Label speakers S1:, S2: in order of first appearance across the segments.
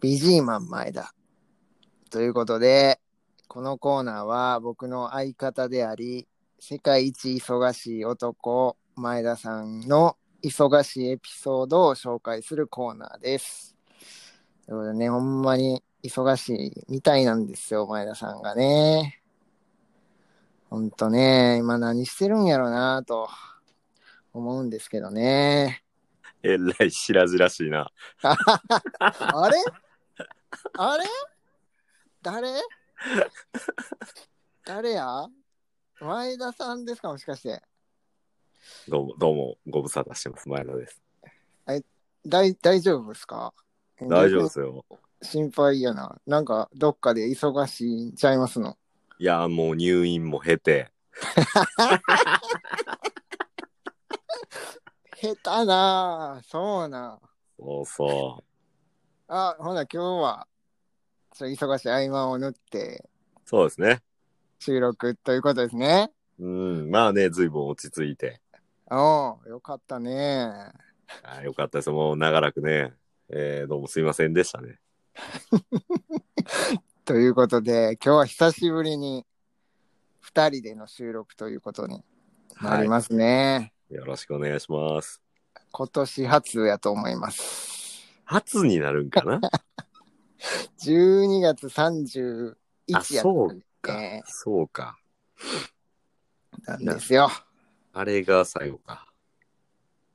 S1: ビジーマン前だ。ということで、このコーナーは僕の相方であり、世界一忙しい男、前田さんの忙しいエピソードを紹介するコーナーです。ということでね、ほんまに忙しいみたいなんですよ、前田さんがね。ほんとね、今何してるんやろなと思うんですけどね。
S2: えらい知らずらしいな。
S1: あれあれ誰誰や前田さんですかもしかして。
S2: どうも、どうも、ご無沙汰してます。前田です。
S1: 大大丈夫ですか
S2: 大丈夫ですよ。
S1: 心配やな。なんか、どっかで忙しいんちゃいますの。
S2: いや、もう入院も経て、
S1: 下手なぁそうなん。
S2: そうそ
S1: あ、ほな、今日は、ちょっと忙しい合間を縫って
S2: う。そうですね。
S1: 収録ということですね。
S2: うん、まあね、ずいぶん落ち着いて。
S1: おうよかったね。
S2: あよかったです。もう長らくね、えーどうもすいませんでしたね。
S1: ということで、今日は久しぶりに、二人での収録ということになりますね。
S2: よろしくお願いします。
S1: 今年初やと思います。
S2: 初になるんかな
S1: 12月31や
S2: あ
S1: ったんで
S2: そうか
S1: ね。
S2: そうか。
S1: なんですよ。
S2: あれが最後か。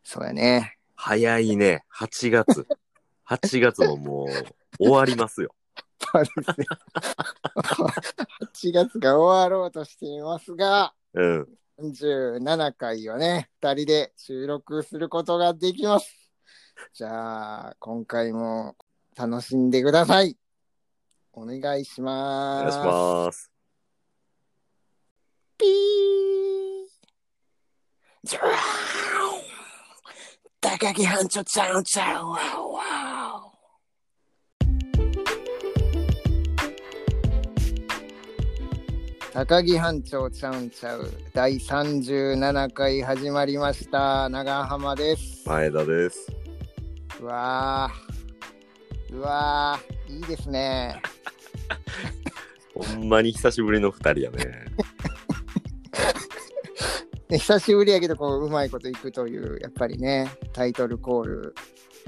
S1: そうやね。
S2: 早いね。8月。8月ももう終わりますよ。
S1: そうですね。8月が終わろうとしていますが、
S2: うん。
S1: 47回をね、2人で収録することができます。じゃあ、今回も楽しんでください。お願いし
S2: お
S1: ま
S2: 願い
S1: す。
S2: します。
S1: ピージュワー高木班長ちゃんちゃんわおわお高木班長ちゃうんちゃう第37回始まりました長浜です、
S2: 前田です。
S1: うわーうわーいいですね
S2: ほんまに久しぶりの二人やね。
S1: で久しぶりやけどこううまいこといくというやっぱりねタイトルコール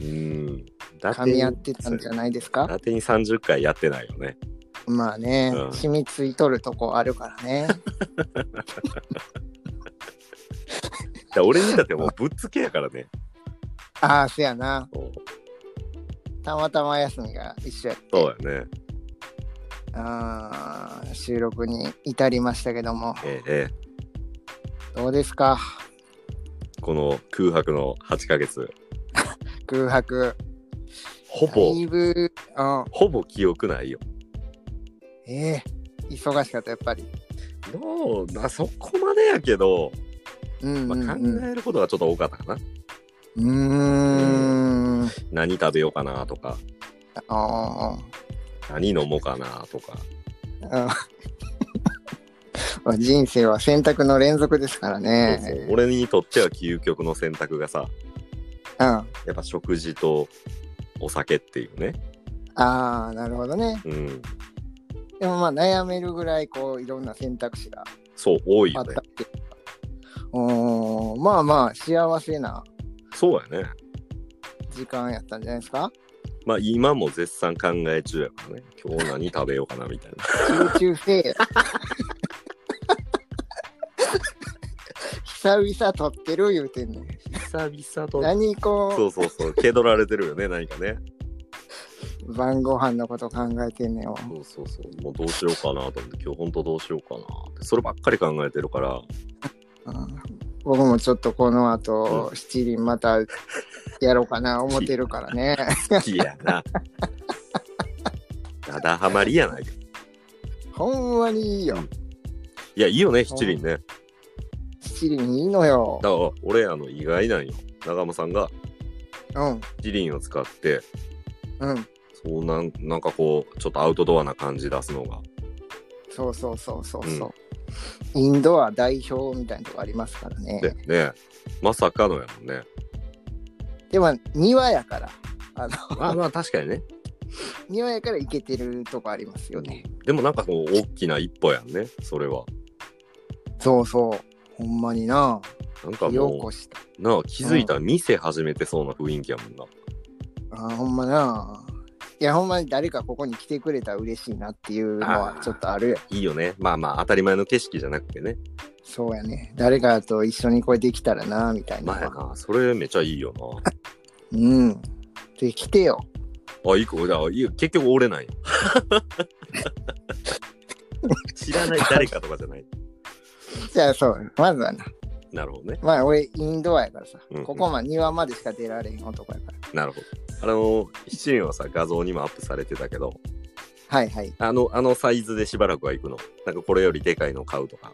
S2: うん。だ
S1: 噛み合ってたんじゃないですか
S2: 伊達に30回やってないよね。
S1: まあね、
S2: うん
S1: 染みついとるとこあるから ね。
S2: だから俺にだってもうぶっつけやからね。
S1: ああ、せやな。
S2: そう
S1: たまたま休みが一緒やって、
S2: そうやね。
S1: あー収録に至りましたけども、
S2: えええ
S1: どうですか
S2: えこの空白の8ヶ月。
S1: 空白。
S2: ほ
S1: だ
S2: ぼ、
S1: いぶ、うん、
S2: ほぼ記憶ないよ。
S1: ええ忙しかった、やっぱり。
S2: どうな、そこまでやけど、
S1: うん、
S2: ま
S1: う
S2: あ
S1: んう
S2: 考
S1: ん。
S2: えることがちょっと多かったかな。
S1: うーん。
S2: 何食べようかなとか、
S1: あ
S2: 何飲もうかなとか。
S1: あ。うん人生は選択の連続ですから
S2: そう
S1: ね。
S2: そう俺にとっては究極の選択がさ、
S1: うん。あ
S2: やっぱ食事とお酒っていうね。
S1: あ、なるほどね。
S2: うん。
S1: でもまあ悩めるぐらいこういろんな選択肢が
S2: そう、多い
S1: あ
S2: よ
S1: っ
S2: ね
S1: た。っていうか。おまあまあ幸せな
S2: そうやね。
S1: 時間やったんじゃないですか
S2: まあ今も絶賛考え中やからね。今日何食べようかなみたいな。
S1: 集中せえ よ久々撮ってる言うてんねん
S2: 久々と。
S1: 何
S2: そ
S1: こ
S2: うそうそう。気取られてるよね、何かね。
S1: う晩ご飯のこと考えてんねんわ
S2: そうそうそう。もうどうしようかなと思って、今日本当どうしようかなって。そればっかり考えてるから。
S1: うん僕もちょっとこの後、七輪またやろうかな思ってるからね
S2: 好きやな。ただハマりやないか。
S1: ほんまにいいよ
S2: いや、いいよね、七輪ね。
S1: 七輪いいのよ
S2: だから俺、あの、意外なんよ。長間さんが
S1: うん
S2: 七輪を使って、
S1: うん
S2: そうなん、なんかこう、ちょっとアウトドアな感じ出すのが。
S1: そうそうそうそうそう、インドア代表みたいなとこありますからね
S2: で、ね。まさかのやもんね。
S1: でも庭やからあの
S2: まあまあ確かにね。
S1: 庭やからいけてるとこありますよね。
S2: でもなんかこう大きな一歩やんね、それは。
S1: そうそう。ほんまにな。
S2: なんか
S1: 火起
S2: も
S1: こした。
S2: う、なあ気づいたら店始めてそうな雰囲気やもんな。
S1: あーほんまな。いや、ほんまに誰かここに来てくれたら嬉しいなっていうのはちょっとあるよ。
S2: いいよね。まあまあ当たり前の景色じゃなくてね。
S1: そうやね。誰かと一緒にこうやってきたらな、みたいな。
S2: まあやな、それめちゃいいよ
S1: うん。で、来てよ。
S2: な。あ、いい子、じゃあいいよ 結局俺ない。知らない誰かとかじゃない。
S1: じゃあ、そう。まずはな。
S2: なるほどね。
S1: まあ、俺、インドアやからさ。
S2: うんうん
S1: ここま、庭までしか出られへん男やから。
S2: なるほど。あの、七人はさ、画像にもアップされてたけど、
S1: はいはい。
S2: あの、あのサイズでしばらくは行くの。なんかこれよりでかいの買うとか。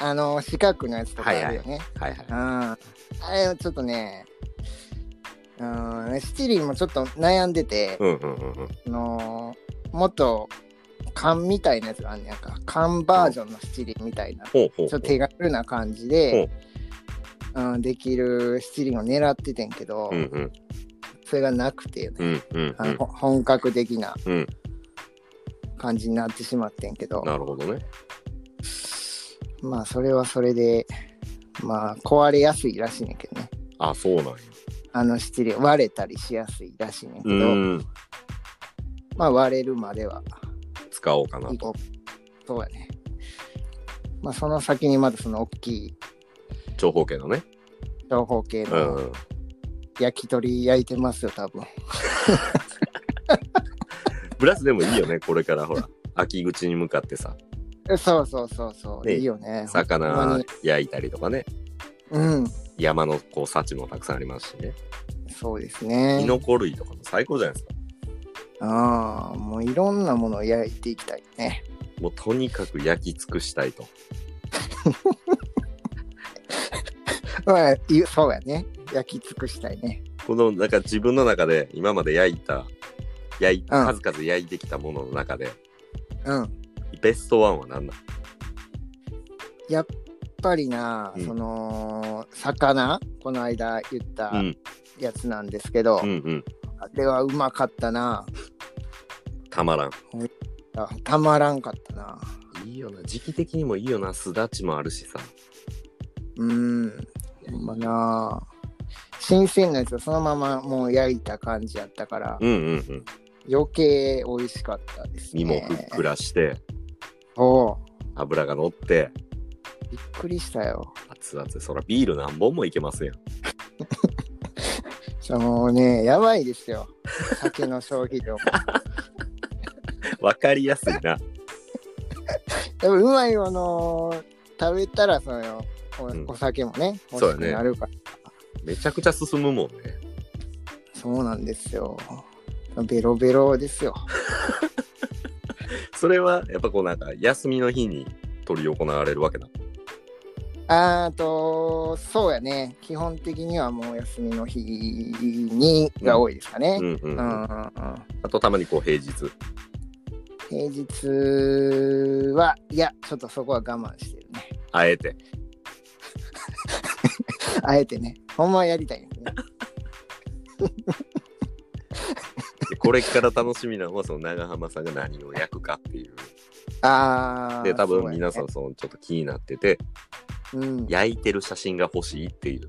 S1: あの、四角のやつとかあるよね。
S2: はいはい。
S1: うん。あれ、ちょっとね、うん、七輪もちょっと悩んでて、
S2: うんうんうんうん。
S1: あのーもっと缶みたいなやつがあんねやんか缶バージョンの七輪みたいなち
S2: ほう
S1: ょ
S2: ほう
S1: っ
S2: ほ
S1: と
S2: う。
S1: 手軽な感じで、うん、できる七輪を狙っててんけど、
S2: うんうん
S1: それがなくて、ね
S2: うんうん
S1: あ
S2: う
S1: の
S2: ん。
S1: ほ本格的な
S2: うん
S1: 感じになってしまってんけど、
S2: なるほどね。
S1: まあそれはそれでまあ壊れやすいらしいねんけどね
S2: あ、そうなんや。
S1: あの七輪割れたりしやすいらしいねんけ
S2: う
S1: ど、
S2: ん。
S1: まあ割れるまでは
S2: 使おうかな
S1: 行
S2: と。
S1: こうそうやねまあその先にまずその大きい
S2: 長方形のね。
S1: 長方形
S2: う
S1: の
S2: ん。
S1: 焼き鳥焼いてますよ、多分。
S2: ブラスでもいいよね、これからほら。秋口に向かってさ、
S1: そうそうそうそう、
S2: ね
S1: いいよね。ほんま
S2: 魚
S1: に
S2: 焼いたりとかね。
S1: うん、
S2: 山のこう幸もたくさんありますしね。
S1: そうです
S2: キ
S1: ね。
S2: ノコ類とかも最高じゃないですか。
S1: ああ、もういろんなものを焼いていきたいね。
S2: もうとにかく焼き尽くしたいと。
S1: まあ、いそうやね。焼き尽くしたいね。
S2: このなんか自分の中で今まで焼いた焼い
S1: うん
S2: 数々焼いてきたものの中で、
S1: うん。
S2: ベストワンは何な
S1: やっぱりな、
S2: うん
S1: その、魚、この間言った
S2: の、うん、
S1: やつなんですけど、
S2: うんうん
S1: あれはうまかったな。
S2: たまらん
S1: あたまらんかったな。
S2: いいよな時期的にもいいよなすだちもあるしさ
S1: うん。ほんまな新鮮なやつをそのままもう焼いた感じやったから、
S2: うんうんうん
S1: 余計美味しかったですね。
S2: 身もふっくらして
S1: おう
S2: 油が乗って
S1: びっくりしたよ。
S2: 熱々そらビール何本もいけますやん
S1: じゃあもうね、やばいですよ。酒の消費 量も。
S2: わかりやすいな
S1: でもうまいものを食べたらそのお,、
S2: うん
S1: お酒もね、美
S2: そう
S1: 味し
S2: やね
S1: くなるから。
S2: めちゃくちゃ進むもんね
S1: そう,、なんですよ。ベロベロですよ。
S2: それはやっぱこうなんか休みの日に取り行われるわけだ
S1: あーと、そうやね。基本的にはもう休みの日にが多いですかね
S2: う。んうん、
S1: う
S2: う
S1: う
S2: ん
S1: ん
S2: ん、あ
S1: うん
S2: とたまにこう平日
S1: 平日は、いや、ちょっとそこは我慢してるね。
S2: あえて
S1: あえてね、ほんまはやりたいです ね。
S2: でこれから楽しみなのはその長浜さんが何を焼くかっていう
S1: ああ。
S2: で多分皆
S1: そ
S2: さ
S1: うん
S2: そのちょっと気になってて
S1: やね。うん。
S2: 焼いてる写真が欲しいっていう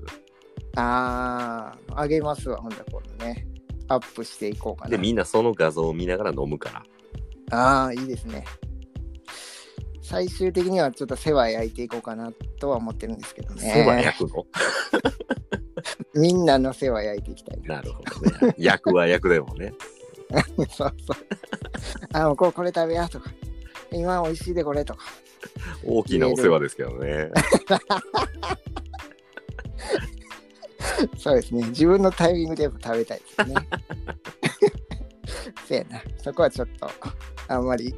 S1: ああ、あげますわ、ほんだ今度ね。アップしていこうかな。
S2: でみんなその画像を見ながら飲むから
S1: ああ、いいですね。最終的にはちょっと世話焼いていこうかなとは思ってるんですけど
S2: 世話
S1: ね。
S2: 焼くの
S1: みんなの世話焼いていきたいな。
S2: なるほどね焼くは焼くでもね
S1: そうそう。あもうこうこれ食べやとか。今美味しいでこれとか。
S2: 大きなお世話ですけどね
S1: そうですね。自分のタイミングでやっぱ食べたいですね。 せやな。そこはちょっと、あんまり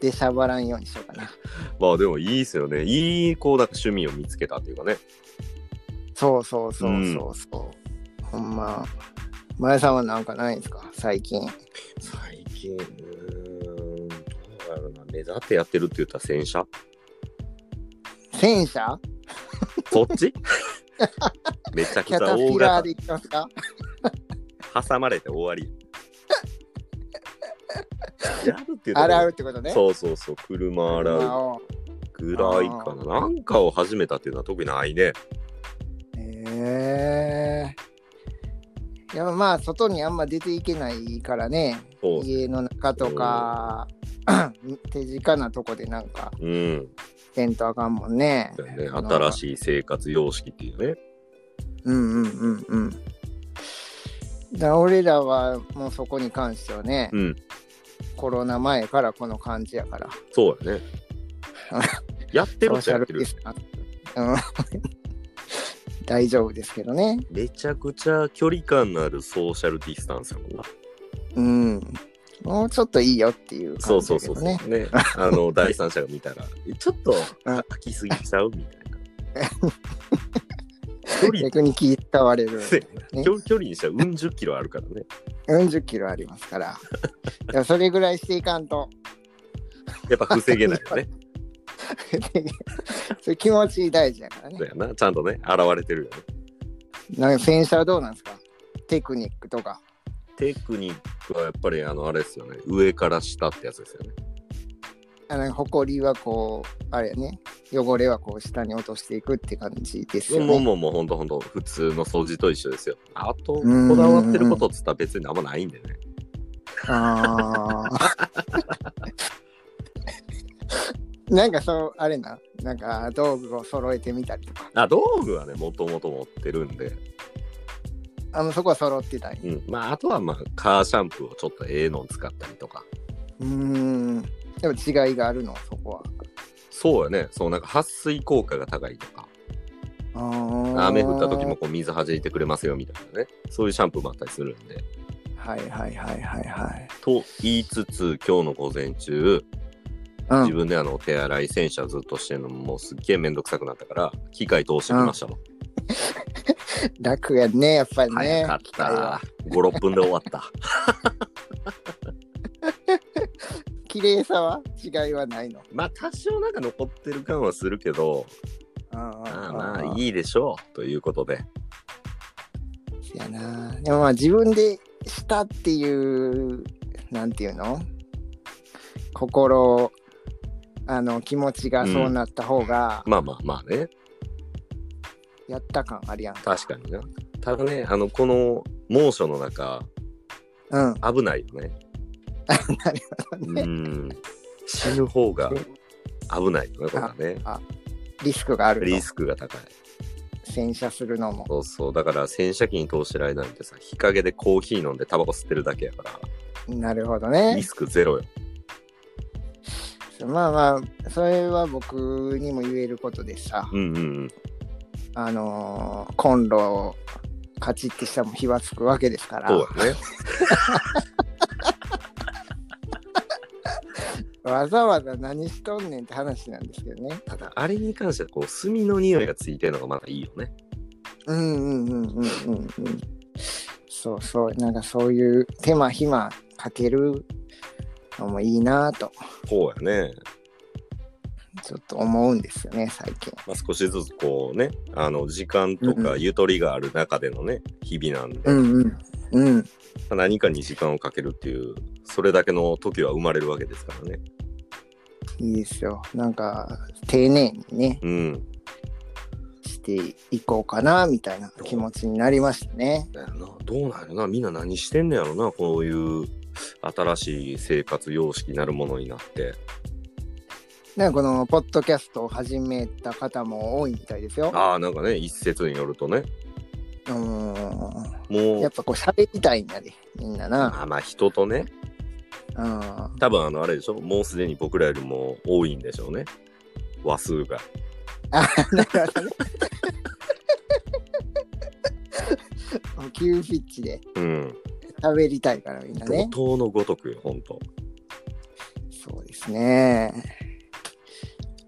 S1: 出しゃばらんようにしようかな。
S2: まあでもいいですよねいいこうなんか趣味を見つけたっていうかね
S1: そうそうそうそうそう。ほんま。前さんはなんかないんですか最近。
S2: 最近うーんどうやろうな目立ってやってるって言ったら洗 車
S1: 戦車
S2: そっ ちめちゃく
S1: キ
S2: ちゃ
S1: ャタピ
S2: 大
S1: ラー
S2: 型
S1: で行きますか
S2: 挟まれて終わりジャルっていうところ
S1: 洗うってことね。う。
S2: そうそうそう、車洗うぐらいかな。なんかを始めたっていうのは特にないね。
S1: へえいやまあ外にあんま出ていけないからね
S2: そう。
S1: 家の中とか手近なとこでなんか
S2: うん。
S1: テントあかんもんね。
S2: だよね、新しい生活様式っていうね。
S1: うんうんうんうん。だから俺らはもうそこに関してはね、
S2: うん。
S1: コロナ前からこの感じやから。
S2: そう やね。やってる
S1: ソ
S2: っ
S1: ー
S2: ち
S1: シ
S2: ゃ
S1: ャ
S2: やっ
S1: ル
S2: て
S1: ディ
S2: る。
S1: スタンスうん 大丈夫ですけどね。
S2: めちゃくちゃ距離感のあるソーシャルディスタンスやもんな。
S1: うん。もうちょっといいよっていう
S2: そ
S1: 感
S2: う
S1: じ
S2: そう
S1: だけ
S2: そ
S1: ど
S2: うそう。
S1: ね
S2: ね。、あの、第三者が見たら、 ちょっと
S1: うん
S2: 飽きすぎちゃうみたいな。距離
S1: 逆に気使われる。ね
S2: 距離距離にしたらうん10キロあるからね。
S1: 40キロあります から。でもそれぐらいしていかんと。
S2: やっぱ防げないよ ね。
S1: それ気持ち大事やからね
S2: そう。やな。ちゃんとね、現れてるよね。
S1: なんか洗車はどうなんですかテクニックとか。
S2: テクニックはやっぱりあの、あれですよね。上から下ってやつですよね。
S1: あの、ほこりはこう、あれやね、汚れはこう下に落としていくって感じですよ
S2: もう
S1: ね。
S2: もうもうほんとほんと、普通の掃除と一緒ですよ。あと、こ
S1: うん
S2: だわってることっつったら別にあんまないんでね。
S1: あー なんかそう、あれな、なんか道具を揃えてみたりとか。
S2: あ、道具はね、もともと持ってるんで。
S1: あの、そこは揃ってたり。
S2: うん。まあ、あとはまあ、カーシャンプーをちょっとええのを使ったりとか。
S1: うーん。でも違いがあるの、そこは。
S2: そうやね。そう、なんか撥水効果が高いとか。
S1: あー
S2: 雨降った時も。こう水弾いてくれますよみたいなね。そういうシャンプーもあったりするんで。
S1: はいはいはいはいはい。
S2: と言いつつ、今日の午前中、
S1: う
S2: 自
S1: ん、
S2: 分であの、手洗い洗車ずっとしてるのももうすっげえめんどくさくなったから、機械通してきましたもん。
S1: 楽やね、やっぱりね。
S2: 早かっ
S1: あれは
S2: た。5、6分で終わった。
S1: 綺麗さは違いはないの。
S2: まあ多少なんか残ってる感はするけど、まあまあ
S1: い。
S2: いいでしょうということで。
S1: せやな。でもまあ自分でしたっていう、なんていうの心、あの気持ちがそうなった方が、
S2: まあまあまあね、
S1: やった感あるやん。
S2: 確かにな。ただね、あの、この猛暑の中、
S1: うん。
S2: 危ないよね。
S1: なるほど
S2: う
S1: ね。
S2: ん。死ぬ方が危ないよね、これはね。
S1: リスクがある
S2: リ
S1: と。
S2: スクが高い。
S1: 洗車するのも。
S2: そうそう。だから洗車機に通してる間なんてさ、日陰でコーヒー飲んでタバコ吸ってるだけやか
S1: なるほど
S2: ら、リ
S1: ね。
S2: スクゼロよ。
S1: まあまあ、それは僕にも言えることでさ、
S2: うんうんうん。
S1: あのーコンロをカチッてしたらもう火はつくわけですから。
S2: そうやね。
S1: わざわざ何しとんねんって話なんですけどね。
S2: ただ、あれに関しては、こう、炭の匂いがついてるのがまだいいよね。
S1: うんうんうんうんうんうん。そうそう、なんかそういう手間暇かけるのもいいなぁと、
S2: そうやね。
S1: ちょっと思うんですよね、最近。
S2: まあ、少しずつこうね、あの、時間と
S1: うん
S2: か
S1: う
S2: ゆとりがある中でのね、日々なんで、
S1: うんうん。うん。
S2: まあ何かに時間をかけるっていう、それだけの時は生まれるわけですからね。
S1: いいですよ。なんか、丁寧にね、
S2: うん。
S1: していこうかな、みたいな気持ちになりましたね。
S2: だよなどうなんやろな、みんな何してんねやろな、こういう新しい生活様式なるものになって。
S1: なんかこの、ポッドキャストを始めた方も多いみたいですよ。
S2: ああ、なんかね、一説によるとね、
S1: うーん。
S2: も
S1: やっ
S2: う、
S1: ぱこう、喋りたいんやで、みんなな。
S2: まあまあ人とね、
S1: うん。
S2: 多分あの、あれでしょ、もうすでに僕らよりも多いんでしょうね、話数が。
S1: もう急ピッチで
S2: うん。
S1: 喋りたいからみんな
S2: 怒
S1: ね。
S2: 涛のごとくよ、ほんと。
S1: そうですね。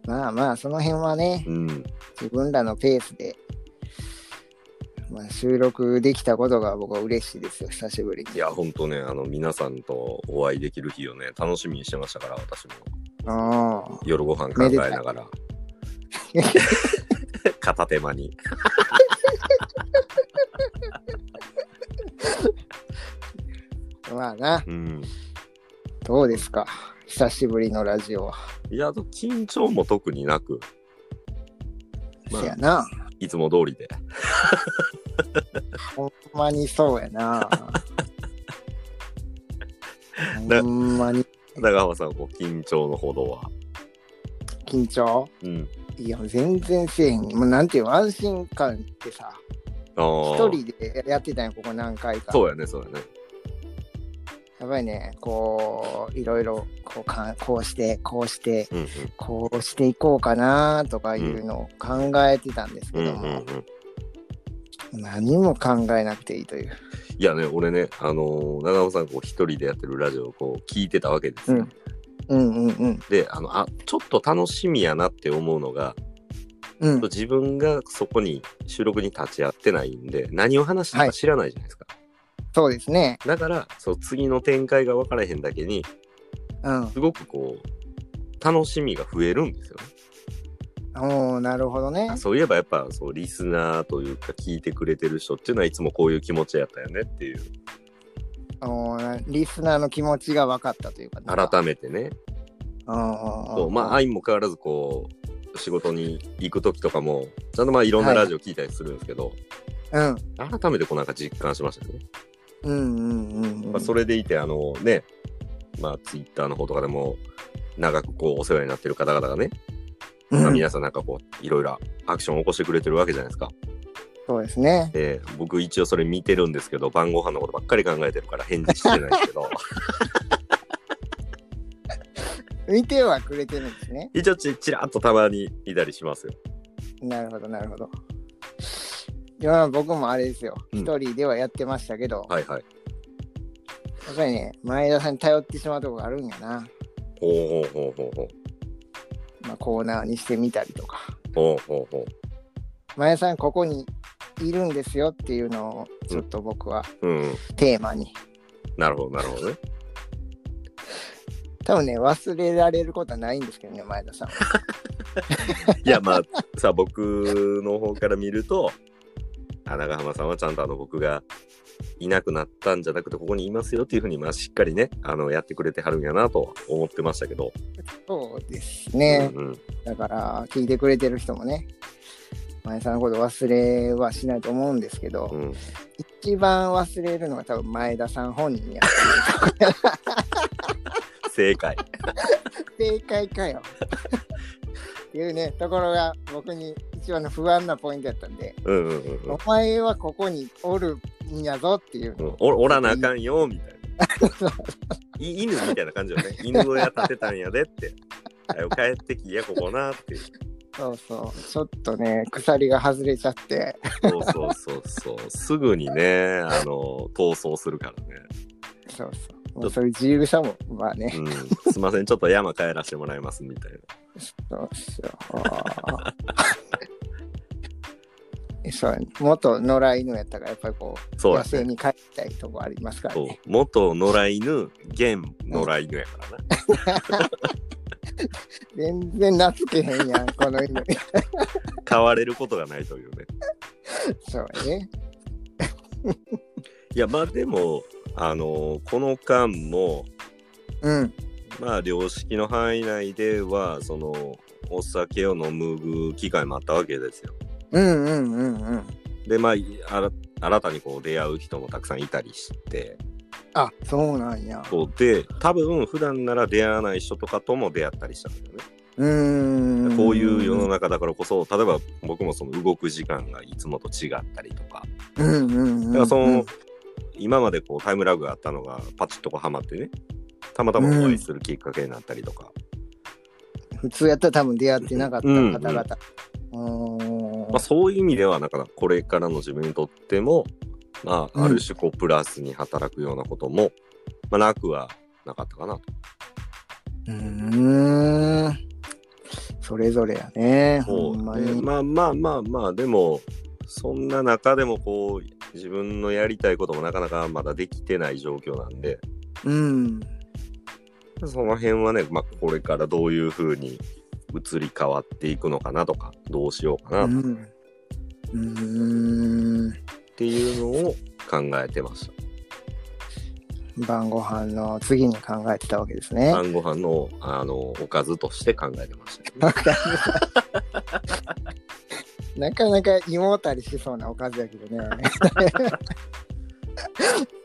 S1: まあまあその辺はね
S2: うん。
S1: 自分らのペースで、まあ、収録できたことが僕は嬉しいですよ久しぶりに。
S2: いや、ほんとね、あの、皆さんとお会いできる日をね、楽しみにしてましたから、私も。
S1: ああ
S2: 夜ご飯考えながら。 片手間に。
S1: まあな
S2: うん。
S1: どうですか久しぶりのラジオは。
S2: いや、あと緊張も特になく、まあ
S1: せやな。
S2: いつも通りで。
S1: ほんまにそうや な。
S2: な
S1: ほんまに
S2: 長浜さん、こう緊張のほどは。
S1: 緊張
S2: うん。
S1: いや、全然せえへん。もうなんていうの安心感ってさ、
S2: ああ。
S1: 一人でやってたんよ、ここ何回か。
S2: そうやね、そうやね。
S1: やばいね、こう、いろいろ、こうか、こうして、こうして、
S2: うん
S1: こうしていこうかなとかいうのを考えてたんです
S2: う
S1: け
S2: ん。う
S1: ど
S2: ん
S1: も、
S2: うんうん。
S1: 何も考えなくていいという。
S2: いやね、俺ね、あのー長尾さん、こう、一人でやってるラジオをこう、聞いてたわけですよ。
S1: うんうんうんうん。
S2: で、あの、あ、ちょっと楽しみやなって思うのが、
S1: うん。
S2: 自分がそこに、収録に立ち会ってないんで、何を話してるか知らないじゃないですか。
S1: そうですね。
S2: だから、そう、次の展開が分からへんだけに、
S1: うん。
S2: すごくこう、楽しみが増えるんですよね。
S1: おーなるほどね
S2: あ。そういえばやっぱそうリスナーというか聞いてくれてる人っていうのはいつもこういう気持ちやったよねっていう
S1: おーリスナーの気持ちが分かったというか。なんか
S2: 改めてね
S1: うんうん。
S2: そううんまあ相も変わらずこう仕事に行く時とかもちゃんとまあいろんなラジオ聞いたりするんですけど、
S1: うん。
S2: 改めてこうなんか実感しましたね、
S1: うんうんうんうん。
S2: まあ、それでいてあのねまあツイッターの方とかでも長くこうお世話になってる方々がね、まあ
S1: うん
S2: 皆さんなんかこういろいろアクションを起こしてくれてるわけじゃないですか
S1: そうですね。
S2: で僕一応それ見てるんですけど晩ご飯のことばっかり考えてるから返事してないですけど
S1: 見てはくれてるんですね。
S2: 一応ちちらっとたまにいたりしますよ。
S1: なるほど、なるほど。いや、僕もあれですよ。
S2: うん
S1: 一、人ではやってましたけど、
S2: はいはい。
S1: やっぱりね、前田さんに頼ってしまうとこがあるんやな。
S2: ほうほうほうほうほう。
S1: まあ、コーナーにしてみたりとか。
S2: ほうほうほ
S1: 前田さん、ここにいるんですよっていうのを、ちょっと僕は
S2: う。うん。
S1: テーマに。
S2: なるほどなるほどね。
S1: 多分ね、忘れられることはないんですけどね、前田さんは。
S2: いやまあさ僕の方から見るとあ長浜さんはちゃんとあの僕がいなくなったんじゃなくてここにいますよっていうふうにまあしっかりねあのやってくれてはるんやなとは思ってましたけど。
S1: そうですね。
S2: うんうん。
S1: だから、聞いてくれてる人もね、前田さんのこと忘れはしないと思うんですけど、
S2: うん、
S1: 一番忘れるのが多分前田さん本人や。
S2: 正解。
S1: 正解かよ。っていうね、ところが僕に一番の不安なポイントやったんで、
S2: うんうんうんうん
S1: お前はここにおるんやぞっていう
S2: う
S1: の
S2: ん。おおらなあかんよみたいな。い犬みたいな感じよ ね。犬小屋建てたんやでって。はよ帰ってきやここなっていう。
S1: そうそう、ちょっとね、鎖が外れちゃって、
S2: そうそうそうそう。すぐにね、あの、逃走するからね。
S1: そうそう、もうそういう自由さも、まあね、
S2: うん。すいません、ちょっと山帰らせてもらいますみたいな。
S1: そう っすよ。そう元野良犬やったからやっぱりこう
S2: そう
S1: 野
S2: や
S1: 生
S2: ね。
S1: に帰りたいとこありますから
S2: そう
S1: ね。
S2: 元野良犬、現野良犬やからな。
S1: 全然懐けへんやんこの犬
S2: 飼われることがないというね。
S1: そうやね
S2: いや、まあでも、あの、この間も、
S1: うん
S2: まあ、良識の範囲内では、その、お酒を飲む機会もあったわけですよ。
S1: うんうんうんうん
S2: で、まあ、あら新たにこう出会う人もたくさんいたりして、
S1: あそうなんや。
S2: そうで多分普段なら出会わない人とかとも出会ったりしたんだよね、
S1: うーん。
S2: こういう世の中だからこそ例えば僕もその動く時間がいつもと違ったりとか
S1: うんうんうんうん。
S2: だからその、今までこうタイムラグがあったのがパチッとこうハマってねたまたまお会いするきっかけになったりとか、
S1: 普通やったら多分出会ってなかった
S2: うんうん
S1: 方々。うーん
S2: まあ、そういう意味ではなんかこれからの自分にとっても、まあ、ある種こうプラスに働くようなことも、まあ、なくはなかったかなと
S1: うーん。それぞれやね。ほんま
S2: ね
S1: に。
S2: まあまあまあまあでもそんな中でもこう自分のやりたいこともなかなかまだできてない状況なんで
S1: うん。
S2: その辺はね、まあ、これからどういうふうに移り変わっていくのかなとかどうしよう
S1: う
S2: かなっ
S1: ん。うーん。
S2: ていうのを考えてました。
S1: 晩ご飯の次に考えてたわけですね。
S2: 晩ご飯のあのおかずとして考えてましたね、
S1: わかりました なかなか胃もたりしそうなおかずやけどね。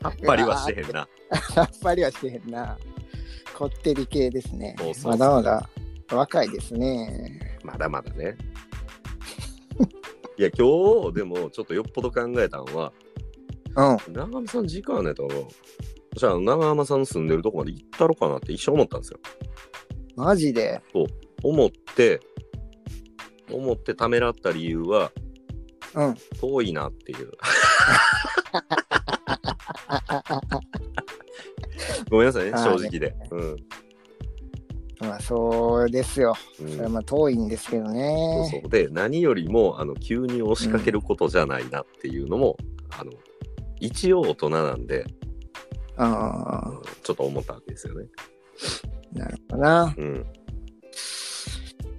S2: さっぱりはしてへんな。
S1: さっぱりはしてへんな。こってり系ですね
S2: そう。そうそう
S1: まだまだ若いですね。
S2: まだまだ ね。いや、今日、でも、ちょっとよっぽど考えたのは、
S1: うん。
S2: 長浜さん時間あんねやったらな、じゃあ、長浜さんの住んでるとこまで行ったろかなって一瞬思ったんですよ。
S1: マジで。
S2: 思って、思ってためらった理由は、
S1: うん。
S2: 遠いなっ ていう。ごめんなさいね、
S1: あー
S2: 正直で。うん。
S1: まあそうですよ。
S2: うん
S1: それはまあ遠いんですけど
S2: そう
S1: ね。
S2: そうで何よりもあの急に押しかけることじゃないなっていうのも、あの一応大人なんで、
S1: あ
S2: うんちょっと思ったわけですよね。
S1: あ、なるほどな。
S2: うん、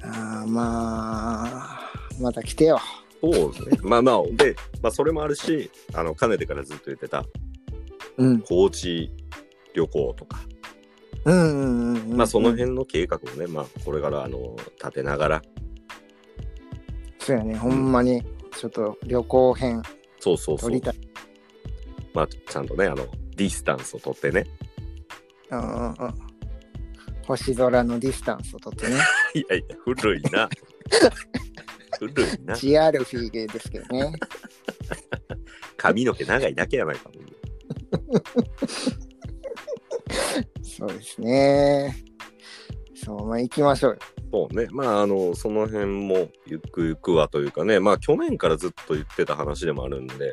S1: ああまあ、また来てよ。
S2: そうです ねまあまあで、まあ、それもあるしあのかねてからずっと言ってた
S1: うん。
S2: 高知旅行とか、
S1: うんうんうんうん。
S2: まあ、その。辺の計画をね、まあ、これからあの立てながら
S1: そうやね。ほんまに、ちょっと旅行編
S2: そうそう
S1: 撮
S2: そう
S1: り、たい。
S2: まあ、ちゃんとねあのディスタンスを取ってね
S1: うんうんうん。星空のディスタンスをとってね。
S2: いやいや古い な古いな
S1: ジアルフィーゲーですけどね。
S2: 髪の毛長いだけやないかも
S1: そうですね。そう、まあ行きましょうよ。
S2: そうね、まあ、あの、その辺も、ゆくゆくはというかね、まあ、去年からずっと言ってた話でもあるんで、ま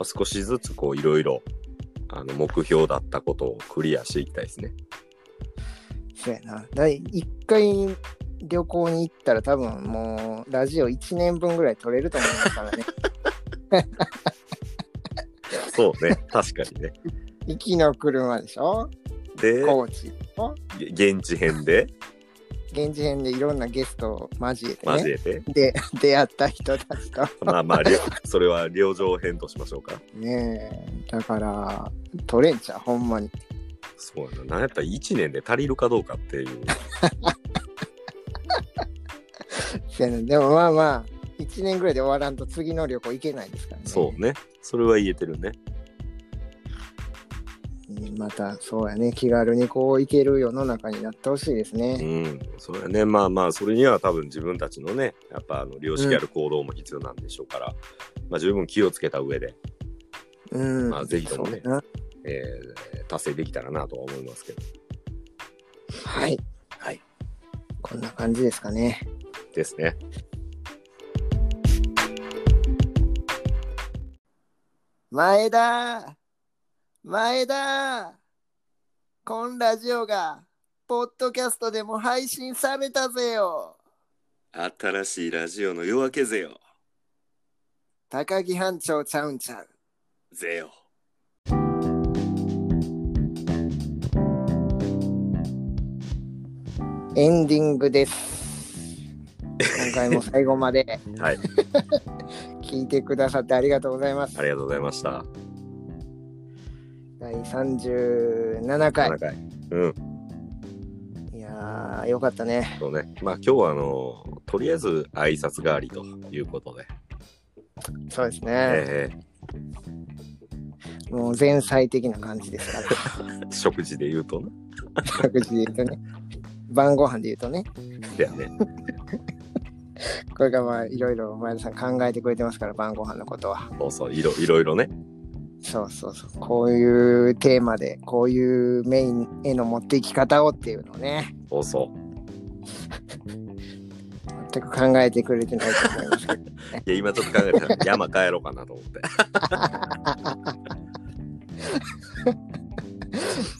S2: あ、少しずつ、こう、いろいろ、あの、目標だったことをクリアしていきたいですね。
S1: そうやな。第一回旅行に行ったら多分もうラジオ1年分ぐらい撮れると思いますからね。
S2: そうね、確かにね。
S1: 行きの車でしょ
S2: で、
S1: 高知と
S2: げ現地編で、
S1: 現地編でいろんなゲストを交えて
S2: 交
S1: ね。
S2: えて、
S1: で、 出会った人たちと。
S2: まあまあ、りょそれは、両上編としましょうか。
S1: ねえ。だから、撮れんちゃう、ほんまに。
S2: そうやな、なんやったら1年で足りるかどうかっていう。
S1: そうやなでもまあまあ、1年ぐらいで終わらんと次の旅行行けないですからね。
S2: そうね、それは言えてるね。
S1: またそうやね気軽にこう行ける世の中になってほしいです
S2: う
S1: ね。
S2: ん、それはね、まあまあ、それには多分自分たちのね、やっぱあの良識ある行動も必要なんでしょうから、まあ十分気をつけた上で、
S1: うん。
S2: まあぜひともね
S1: そうやな
S2: えー達成できたらなとは思いますけど。
S1: はい。
S2: はい。
S1: こんな感じですかね。
S2: ですね。
S1: 前田前田こんラジオがポッドキャストでも配信されたぜよ
S2: 新しいラジオの夜明けぜよ。
S1: 高木班長ちゃうんちゃう
S2: ぜよ。
S1: エンディングです。今回も最後まで
S2: はい、あ
S1: 聞いてくださってありがとうございます。
S2: りがとうございました。
S1: 第37回
S2: 7。回。うん、
S1: いやー、よかったね。
S2: そうね。まあ今日はあのとりあえず挨拶代わりということで、
S1: そうですね。
S2: え
S1: もう前菜的な感じですから、
S2: ー食事で言うとね、
S1: 各自で言うとね。晩ご飯で言うとね、
S2: だよね。
S1: これがまあいろいろ前田さん考えてくれてますから、晩ご飯のことは。
S2: そうそう、いろいろいろね。
S1: そうそうそう。こういうテーマで、こういうメインへの持っていき方をっていうのをね、
S2: そうそう。
S1: 全く考えてくれてないと思います けど。
S2: いや、今ちょっと考えてた山帰ろうかなと思って。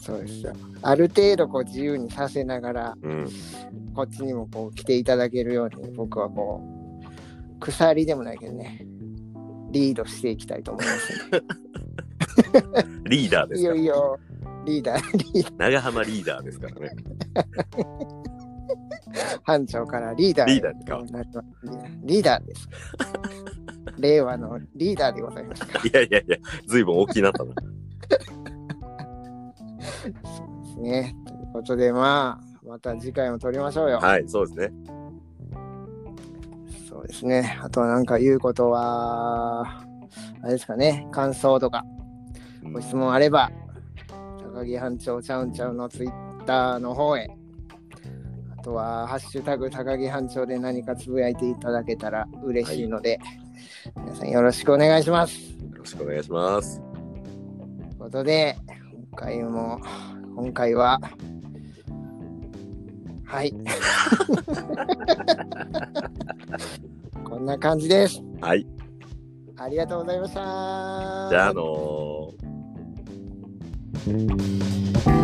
S1: そうですよ。ある程度こう自由にさせながら、
S2: うん。
S1: こっちにもこう来ていただけるように、僕はこう、鎖でもないけどね、リードしていきたいと思いますんで
S2: リーダーで
S1: い
S2: すか
S1: よ
S2: ら。
S1: いよ、リーダー、リーダ
S2: 長浜リーダーですからね。
S1: ー、班長からリーダーへ
S2: リーダーに変わ
S1: なりますリーダーです。令和のリーダーでございます。
S2: いやいやいや、ずいぶん大きなったな。
S1: ですね。ということで、まあ、また次回も撮りましょうよ。
S2: はい、そうですね。
S1: そうですね。あとはなんか言うことは、あれですかね、感想とか、
S2: うん
S1: ご質問あれば、高木班長ちゃうんちゃうのツイッターの方へ、あとは、ハッシュタグ高木班長で何かつぶやいていただけたら嬉しいので、皆さんよろしくお願いします。
S2: よろしくお願いします。
S1: ということで、今回も、今回は、 はい。こんな感じです。
S2: はい、
S1: ありがとうございました。
S2: じゃあ、あのー
S1: うん